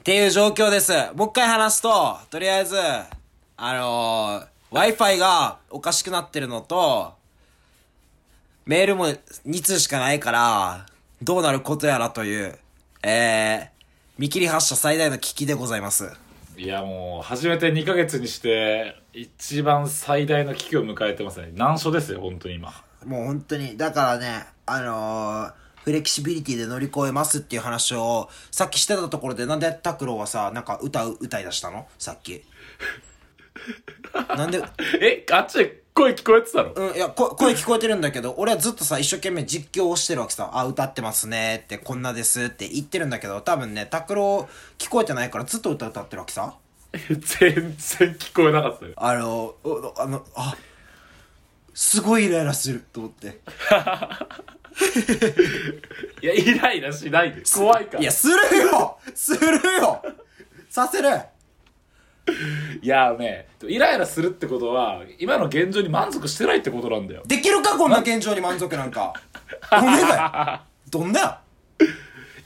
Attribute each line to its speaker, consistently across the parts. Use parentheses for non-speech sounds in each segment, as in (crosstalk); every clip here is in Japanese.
Speaker 1: っていう状況です。もう一回話すと、とりあえず、あのー、Wi-Fi がおかしくなってるのと、メールも2通しかないから、どうなることやらという、えー、見切り発車最大の危機でございます。
Speaker 2: いやもう初めて2ヶ月にして一番最大の危機を迎えてますね難所ですよ本当に今
Speaker 1: もう本当に、だからね、あのーフレキシビリティで乗り越えますっていう話を、さっきしてたところで、なんで拓郎はさ、なんか歌う、歌い出したのさっき。なんで、
Speaker 2: えあっちで声聞こえてたの
Speaker 1: うん、いや、こ声聞こえてるんだけど、俺はずっとさ、一生懸命実況をしてるわけさ、あ、歌ってますねって、こんなですって言ってるんだけど、多分ね、拓郎聞こえてないからずっと歌歌ってるわけさ。
Speaker 2: 全然聞こえなかったよ
Speaker 1: あの、おあの、あ、すごいイライラすると思って。
Speaker 2: いやイライラしないで怖いから
Speaker 1: い
Speaker 2: い
Speaker 1: や、
Speaker 2: や
Speaker 1: するよするよさせる
Speaker 2: ねイライラするってことは今の現状に満足してないってことなんだよ
Speaker 1: できるかこんな現状に満足なんか。どんなだよ。どんなや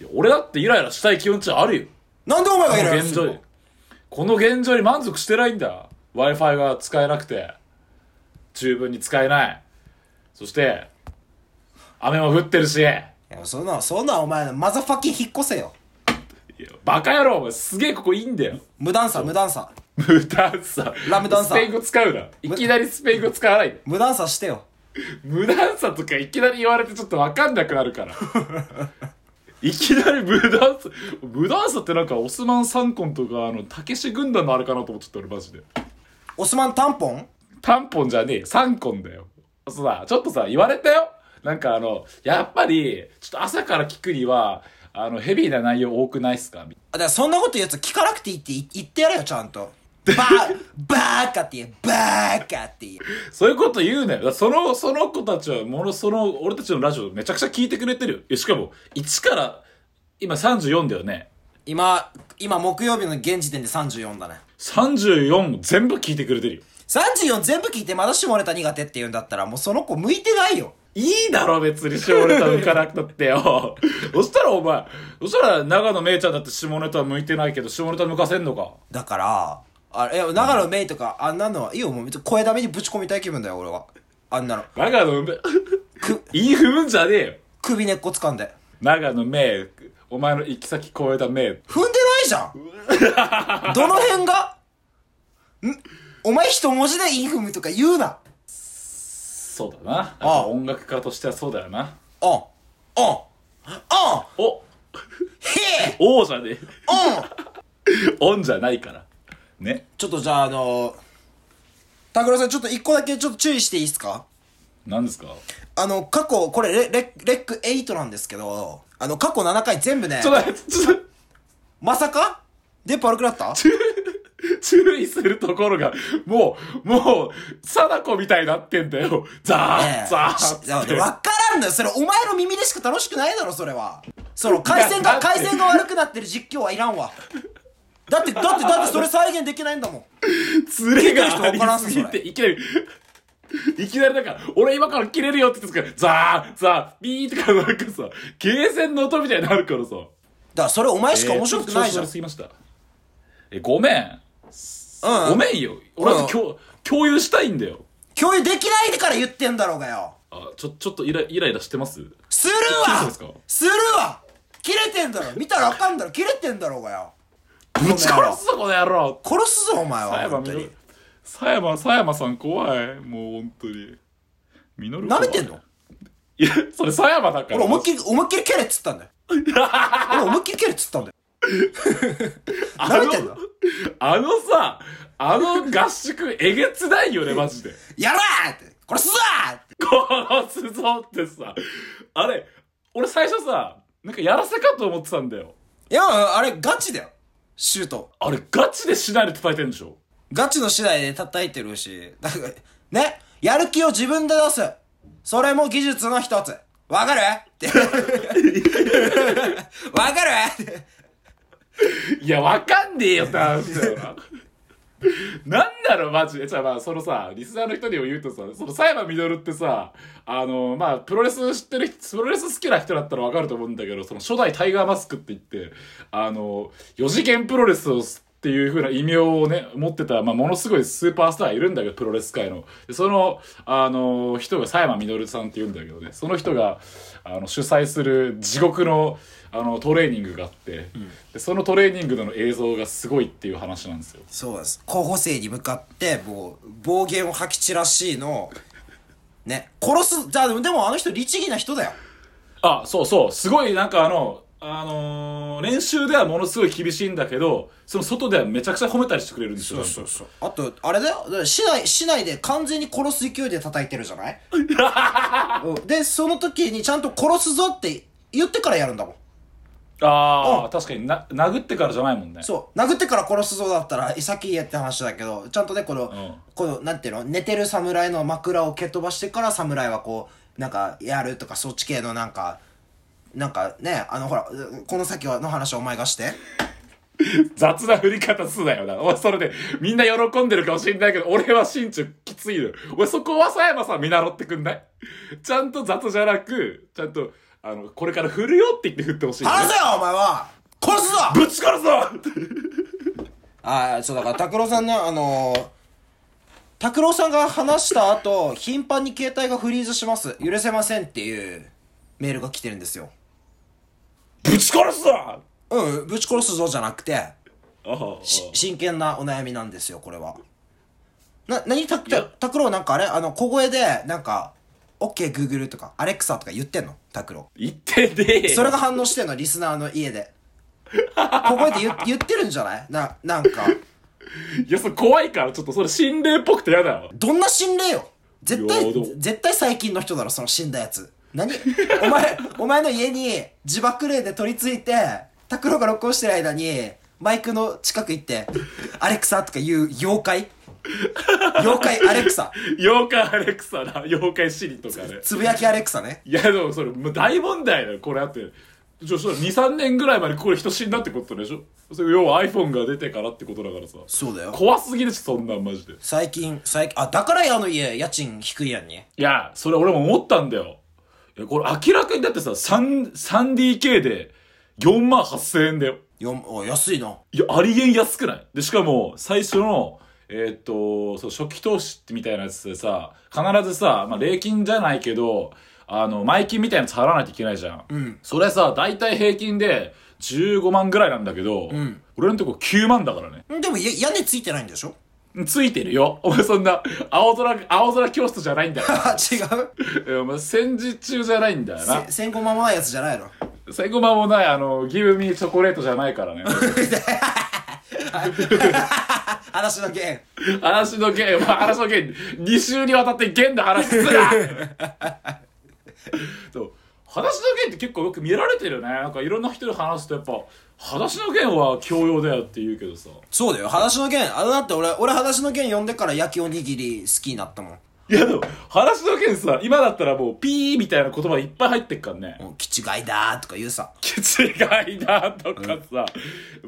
Speaker 2: いや俺だってイライラしたい気持ちはあるよ
Speaker 1: なんでお前が
Speaker 2: こ
Speaker 1: イラ
Speaker 2: の
Speaker 1: イラ
Speaker 2: 現
Speaker 1: す
Speaker 2: 状
Speaker 1: る
Speaker 2: に
Speaker 1: の
Speaker 2: この現状に満足してないんだ w i f i が使えなくて十分に使えないそして雨も降ってるしいや
Speaker 1: いや、そんな、そんなお前、マザファキン引っ越せよ。
Speaker 2: バカ野郎お前すげえここいいんだよ
Speaker 1: 無断さ、無断さ。
Speaker 2: 無断さ
Speaker 1: ラムダンサー
Speaker 2: スペイン語使うないきなりスペイン語使わないで
Speaker 1: 無断さしてよ。
Speaker 2: 無断さとかいきなり言われてちょっと分かんなくなるからいきなり無断さ無断さってなんかオスマン・サンコンとかあのたけし軍団のあれかなと思っちゃった俺マジで
Speaker 1: オスマンタンポン
Speaker 2: タンポンじゃねえよサンコンだよそうだちょっとさ言われたよなんかあのやっぱりちょっと朝から聞くにはあのヘビーな内容多くないっすかみ
Speaker 1: あだからそんなこと言うやつ聞かなくていいって言言ってやれよ、ちゃんと。ば、ばーかって言え、ばーかって言え。
Speaker 2: そういうこと言うなよだからそのその子たちはものその俺たちのラジオめちゃくちゃ聞いてくれてるよいやしかも1から今34だよね
Speaker 1: 今、今木曜日の現時点で34だね。
Speaker 2: 34全部聞いてくれてるよ
Speaker 1: 34全部聞いてまだ下ネタ苦手って言うんだったら、もうその子向いてないよ。
Speaker 2: いいだろ別に下ネタ向かなくたってよ (laughs) そしたらお前そしたら長野めいちゃんだって下ネタ向いてないけど下ネタ向かせんのか
Speaker 1: だから、あれ、いや長野メイとか、あんなのはいいよ、もう声だめにぶち込みたい気分だよ、俺は。あんなの。
Speaker 2: 長野め
Speaker 1: く、
Speaker 2: いい踏むんじゃねえよ
Speaker 1: 首根っこ掴んで。
Speaker 2: 長野めいお前の行き先超えためい
Speaker 1: 踏んでないじゃんどの辺がんお前一文字でインフムとか言うな
Speaker 2: そうだなやっぱ
Speaker 1: ああ
Speaker 2: 音楽家としてはそうだよな
Speaker 1: オン、オン、オン、
Speaker 2: お
Speaker 1: へえ
Speaker 2: 王じゃね (laughs) え
Speaker 1: オン
Speaker 2: オンじゃないから。ね。
Speaker 1: ちょっとじゃああの拓郎さんちょっと一個だけちょっと注意していいですか
Speaker 2: 何ですか
Speaker 1: あの過去これレレレック8なんですけどあの過去7回全部ね
Speaker 2: ちょっと待って、ちょっと、
Speaker 1: まさか電波悪くなった
Speaker 2: 注意するところが、もう、もう、貞子みたいになってんだよ。ザ
Speaker 1: え
Speaker 2: ー
Speaker 1: え
Speaker 2: ッ、ザ
Speaker 1: しだ
Speaker 2: ー
Speaker 1: から
Speaker 2: ッって。
Speaker 1: 分からんのよそれお前の耳でしか楽しくないだろそれはその回線
Speaker 2: い
Speaker 1: が
Speaker 2: やだって
Speaker 1: 回線が悪くなってる実況はいらんわだってだってだってそれ再現できないんだもん
Speaker 2: ズレ
Speaker 1: 聞いてる人
Speaker 2: があ
Speaker 1: わからん
Speaker 2: り
Speaker 1: す
Speaker 2: すぎ
Speaker 1: それ
Speaker 2: て、いきなり、いきなりなんか、俺今から切れるよって言ってたんですから、ザーッ、ザーッ、ビーとかなんかさ、ゲーセンの音みたいになるからさ。
Speaker 1: だからそれお前しか面白くないじゃん、
Speaker 2: えーちょっと調子悪すぎました。え、ごめん。
Speaker 1: うん
Speaker 2: ごめんよ。俺は共共有したいんだよ。
Speaker 1: 共有できないから言ってんだろうがよ
Speaker 2: あ、ちょ、ちょっとイライライラしてます
Speaker 1: する
Speaker 2: そう
Speaker 1: わ
Speaker 2: ですか
Speaker 1: するわ切れてんだろ見たらあかんだろ切れてんだろうがよ
Speaker 2: ぶち殺すぞこの野郎
Speaker 1: 殺すぞお前
Speaker 2: さ
Speaker 1: は
Speaker 2: やま
Speaker 1: 本
Speaker 2: み
Speaker 1: 当
Speaker 2: の
Speaker 1: に
Speaker 2: さやまさやまさん怖いもう本当にみのる
Speaker 1: 舐めてんの
Speaker 2: いやそれさやまだから
Speaker 1: 俺思いっきり思いっきり蹴れっつったんだよ俺思いっきり蹴れっつったんだよ
Speaker 2: あ
Speaker 1: 舐めてんの
Speaker 2: あのさあの合宿えげつな
Speaker 1: (laughs)
Speaker 2: いよねマジで
Speaker 1: やらーって殺すぞーって
Speaker 2: 殺すぞってさあれ俺最初さなんかやらせかと思ってたんだよ
Speaker 1: いや、あれガチだよ。シュート。
Speaker 2: あれガチでしないで叩いてんでしょ
Speaker 1: ガチの次第で叩いてるし。だからね、やる気を自分で出す。それも技術の一つ。わかるって。 (laughs) わかるって
Speaker 2: いやわかんねえよって話だよななんだろ、マジで。じゃあまあ、そのさ、リスナーの人にも言うとさ、その佐山るってさ、あの、まあ、プロレス知ってる人、プロレス好きな人だったらわかると思うんだけど、その初代タイガーマスクって言って、あの、4次元プロレスをすっていう風な異名をね、持ってた、まあ、ものすごいスーパースターいるんだけど、プロレス界の。でその、あの、人が佐山るさんって言うんだけどね、その人が、あの、主催する地獄の、あの、トレーニングがあって、でそのトレーニングでの映像がすごいっていう話なんですよ。
Speaker 1: そうです候補生に向かってもう暴言を吐き散らしいのをね殺すじゃあでもでもあの人律儀な人だよ
Speaker 2: あ、そうそう。すごい、なんかあの、あのー練習ではものすごい厳しいんだけど、その外ではめちゃくちゃ褒めたりしてくれるんですよ。
Speaker 1: うそうあとあれだよだから市内市内で完全に殺す勢いで叩いてるじゃない (laughs) うんでその時にちゃんと殺すぞって言ってからやるんだもん
Speaker 2: ああ、確かにな、殴ってからじゃないもんね。
Speaker 1: そう殴ってから殺すぞだったら先言えって話だけどちゃんとねこの、
Speaker 2: ん
Speaker 1: このなんていうの寝てる侍の枕を蹴飛ばしてから侍はこうなんかやるとかそっち系のなんかなんかねあのほらうこの先はの話はお前がして
Speaker 2: 雑な振り方すなよな。お前それで、みんな喜んでるかもしれないけど、俺は心中きついのよ。俺そこは佐山さん見習ってくんないちゃんと雑じゃなく、ちゃんと、あの、これから振るよって言って振ってほしい、ね。
Speaker 1: 話せよお前は殺すぞ
Speaker 2: ぶち殺すぞ
Speaker 1: ああそうだから拓郎さんねあのー拓郎さんが話した後頻繁に携帯がフリーズします許せませんっていうメールが来てるんですよ
Speaker 2: ぶち殺すぞあ
Speaker 1: うんぶち殺すぞじゃなくて
Speaker 2: あ
Speaker 1: し真剣なお悩みなんですよこれはな何たた拓郎なんかあれあの小声でなんか「OKGoogle」とか「アレクサ」とか言ってんの拓郎
Speaker 2: 言ってねえよ
Speaker 1: それが反応してんのリスナーの家で小声で言言ってるんじゃないななんか
Speaker 2: いや、それ怖いから、ちょっとそれ心霊っぽくて嫌だわ。
Speaker 1: どんな心霊よ絶
Speaker 2: い
Speaker 1: 対
Speaker 2: やでも
Speaker 1: 絶対最近の人だろその死んだやつ何 (laughs) お前お前の家に自爆霊で取り付いて拓郎が録音してる間にマイクの近く行って「アレクサ」とか言う妖怪妖怪アレクサ
Speaker 2: 妖怪アレクサな、妖怪シリとかね。
Speaker 1: つぶやきアレクサね
Speaker 2: いや、でもそれ、もう大問題だよ、これあって。ちょ、それ2、3年ぐらいまでこれ人死んだってことでしょそれ要は iPhone が出てからってことだからさ。
Speaker 1: そうだよ
Speaker 2: 怖すぎるし、そんなんマジで。
Speaker 1: 最近最近あだからあの家家賃低いやんに
Speaker 2: いや、それ俺も思ったんだよ。いや、これ明らかにだってさ、3、3DK で4万8000円だよ。
Speaker 1: よお安いない
Speaker 2: や、ありえん安くないで、しかも、最初の、えーっと、そう、初期投資みたいなやつでさ、必ずさ、まあ、礼金じゃないけど、あの、前金みたいなやつ払わないといけないじゃん。
Speaker 1: ん
Speaker 2: それさ、大体平均で15万ぐらいなんだけど、
Speaker 1: ん
Speaker 2: 俺のとこ9万だからね。
Speaker 1: でもや屋根ついてないんでしょ。
Speaker 2: ついてるよ。お (laughs) 前そんな、青空、青空教室じゃないんだよ (laughs)
Speaker 1: あ違う
Speaker 2: いやお前戦時中じゃないんだよな。
Speaker 1: せ戦後間もないやつじゃないの
Speaker 2: 最後まもない、あの、ギブミーチョコレートじゃないからね。
Speaker 1: 話の件
Speaker 2: 嵐の件、ま (laughs) あ、嵐の件、2週にわたって剣の話す (laughs) なそう。裸足の剣って結構よく見られてるよね。なんかいろんな人で話すとやっぱ、裸足の剣は教養だよって言うけどさ。
Speaker 1: そうだよ、話の件。あれだって俺、俺話の件読んでから焼きおにぎり好きになったもん。
Speaker 2: いやでも、裸足の剣さ、今だったらもうピーみたいな言葉いっぱい入ってっからね。
Speaker 1: もう、気違いだーとか言うさ。
Speaker 2: 気 (laughs) 違いだとかさ、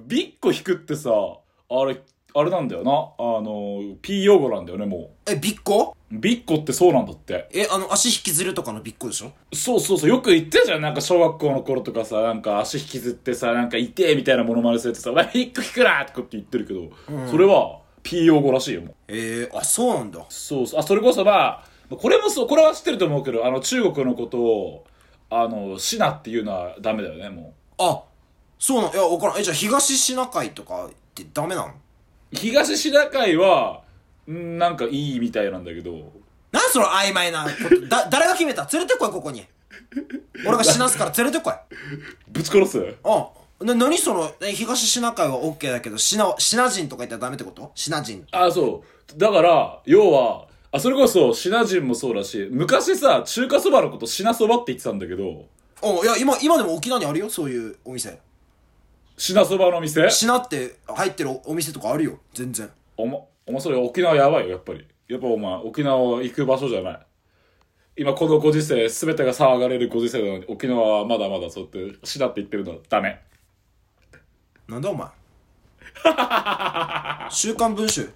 Speaker 2: ビッコ引くってさ、あれ、あれなんだよな。あの、ピー用語なんだよね、も
Speaker 1: え、びっこ
Speaker 2: う。ビッコってそうなんだって。
Speaker 1: え、あの、足引きずるとかのびっこでしょ
Speaker 2: そうそうそう、よく言ってたじゃん。なんか小学校の頃とかさ、なんか足引きずってさ、なんか痛えみたいなものまねされてさ、お前一個引くなとかって言ってるけど、それは P 用語らしいよ、もう。
Speaker 1: えー、あ、そうなんだ。
Speaker 2: そうそう。あ、それこそまあ、これもそう、これは知ってると思うけど、あの、中国のことを、あの、シナっていうのはダメだよね、も
Speaker 1: あ、そうなん、いや、わからん。え、じゃあ、東シナ海とかってダメなの
Speaker 2: う。東シナ海は、んなんかいいみたいなんだけど、
Speaker 1: なんその曖昧なこと。だ、誰が決めた連れてこい、ここに。俺が死なすから連れてこい。
Speaker 2: ぶち殺す
Speaker 1: あ、な、何その、え、東シナ海は OK だけど、シナ、シナ人とか言ったらダメってことシナ人。
Speaker 2: あ、そう。だから、要は、あ、それこそ、シナ人もそうだし、昔さ、中華そばのこと、シナそばって言ってたんだけど、
Speaker 1: おいや、今、今でも沖縄にあるよ、そういうお店。
Speaker 2: 品そばの店
Speaker 1: しなって入ってるお店とかあるよ全然
Speaker 2: おま、お前それ沖縄やばいよ、やっぱり。やっぱお前、沖縄行く場所じゃない。今このご時世、すべてが騒がれるご時世なのに、沖縄はまだまだそうやって、しなって言ってるのはダメ。 (laughs)
Speaker 1: なんだお前週刊文集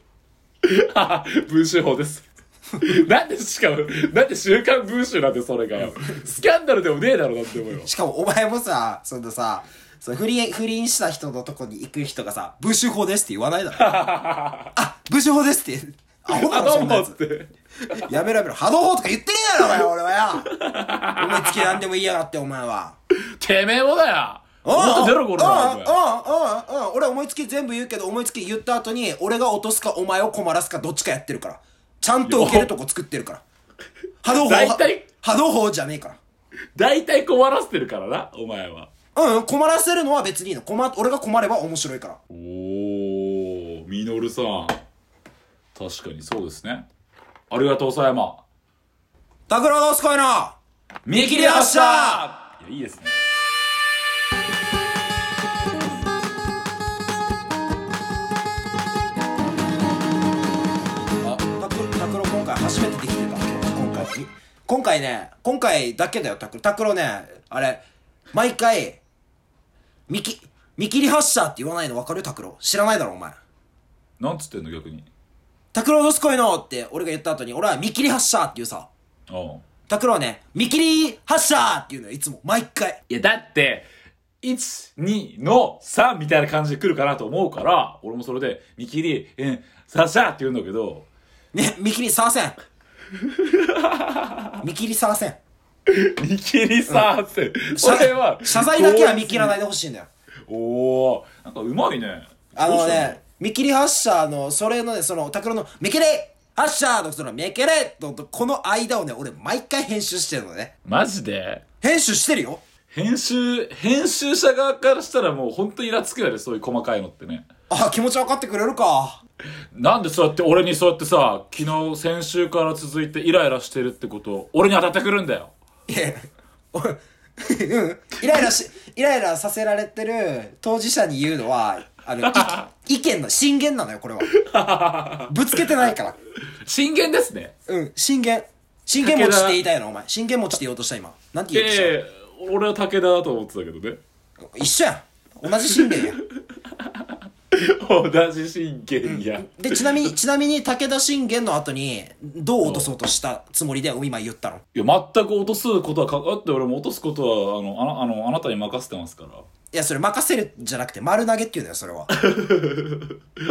Speaker 2: 文集法です。 (laughs) なんで
Speaker 1: (laughs)
Speaker 2: しかも、なんで週刊文集なんてそれがよ。スキャンダルでもねえだろ、なんて思うよ。
Speaker 1: しかもお前もさ、そのさ、その不倫、不倫した人のとこに行く人がさ、ブッシュ法ですって言わないだろ。あ、ブッシュ法ですって。アホだ
Speaker 2: あ、
Speaker 1: ろ、
Speaker 2: ど
Speaker 1: そうの
Speaker 2: も
Speaker 1: や
Speaker 2: っ
Speaker 1: つ。
Speaker 2: て。
Speaker 1: やめろやめろ、波動法とか言ってねえだろ、お前、俺はよ。思いつきなんでも言いやがって、お前は。
Speaker 2: てめえもだよ。もっと出ろ、これは。お前
Speaker 1: うんうんうんうん俺思いつき全部言うけど思いつき言った後に俺が落とすかお前を困らすかどっちかやってるからちゃんと受けるとこ作ってるから波動法
Speaker 2: 大体
Speaker 1: 波動法じゃねえから
Speaker 2: 大体困らせてるからな、お前は。
Speaker 1: うんうん困らせるのは別にいいの困俺が困れば面白いから
Speaker 2: おー、みのるさん。確かにそうですね。ありがとう、さやま。
Speaker 1: 拓郎どうすこいの
Speaker 2: 見
Speaker 1: 切りました
Speaker 2: いや、いいですね。
Speaker 1: あ拓拓郎今回初めてできてた今回今回ね今回だけだよ拓郎拓郎ねあれ毎回見き見切り発車って言わないの分かる拓郎知らないだろお前
Speaker 2: なんつってんの、逆に。
Speaker 1: 拓郎どすこいのって俺が言った後に、俺は見切り発車って言うさ。
Speaker 2: ああ。
Speaker 1: 拓郎はね、見切り発車っていうのよいつも、毎回。
Speaker 2: いや、だって、1、2の3みたいな感じで来るかなと思うから、俺もそれで、見切り、え、さっしゃって言うんだけど、
Speaker 1: ね、見切りさー
Speaker 2: (laughs)
Speaker 1: せん。見切りさーせん。
Speaker 2: 見切りさって、それは、
Speaker 1: 謝罪だけは見切らないでほしいんだよ。
Speaker 2: おー、なんかうまいね。
Speaker 1: あ
Speaker 2: ど
Speaker 1: の
Speaker 2: うした
Speaker 1: ね、見切り発車の、それのね、その、拓郎の、見切り発車の、その、見切りの、この間をね、俺毎回編集してるのね。
Speaker 2: マジで
Speaker 1: 編集してるよ。
Speaker 2: 編集、編集者側からしたらもう本当にイラつくよね、そういう細かいのってね。
Speaker 1: あ、気持ち分かってくれるか。
Speaker 2: なんでそうやって俺にそうやってさ、昨日、先週から続いてイライラしてるってことを、俺に当たってくるんだよ。
Speaker 1: いや、おうん、イライラし、イライラさせられてる当事者に言うのは、あの、い意見の、進言なのよ、これは。ぶつけてないから。
Speaker 2: 真剣ですね。
Speaker 1: うん、進言。進言持ちって言いたいの、お前。進言持ちって言おうとした、今。なんて言おうとした、
Speaker 2: ええ俺は武田だと思ってたけどね。
Speaker 1: 一緒やん。同じ進言や。
Speaker 2: 同じ真剣や。
Speaker 1: で、ちなみに、ちなみに、武田信玄の後に、どう落とそうとしたつもりで、今言ったの。
Speaker 2: いや、全く落とすことはかかって、俺も落とすことは、あの、あのあのあなたに任せてますから。
Speaker 1: いや、それ任せるじゃなくて、丸投げって言うんだよ、それは。
Speaker 2: (laughs)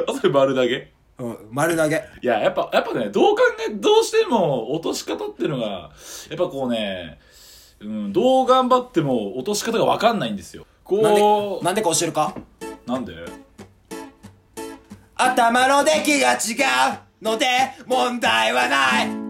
Speaker 2: あ、それ丸投げ
Speaker 1: うん、丸投げ。
Speaker 2: いや、やっぱ、やっぱね、どう考え、どうしても落とし方っていうのが、やっぱこうね、うん、どう頑張っても落とし方がわかんないんですよ。
Speaker 1: なんで
Speaker 2: こ、う、
Speaker 1: なんでか教えるか
Speaker 2: なんで
Speaker 1: 頭の出来が違うので問題はない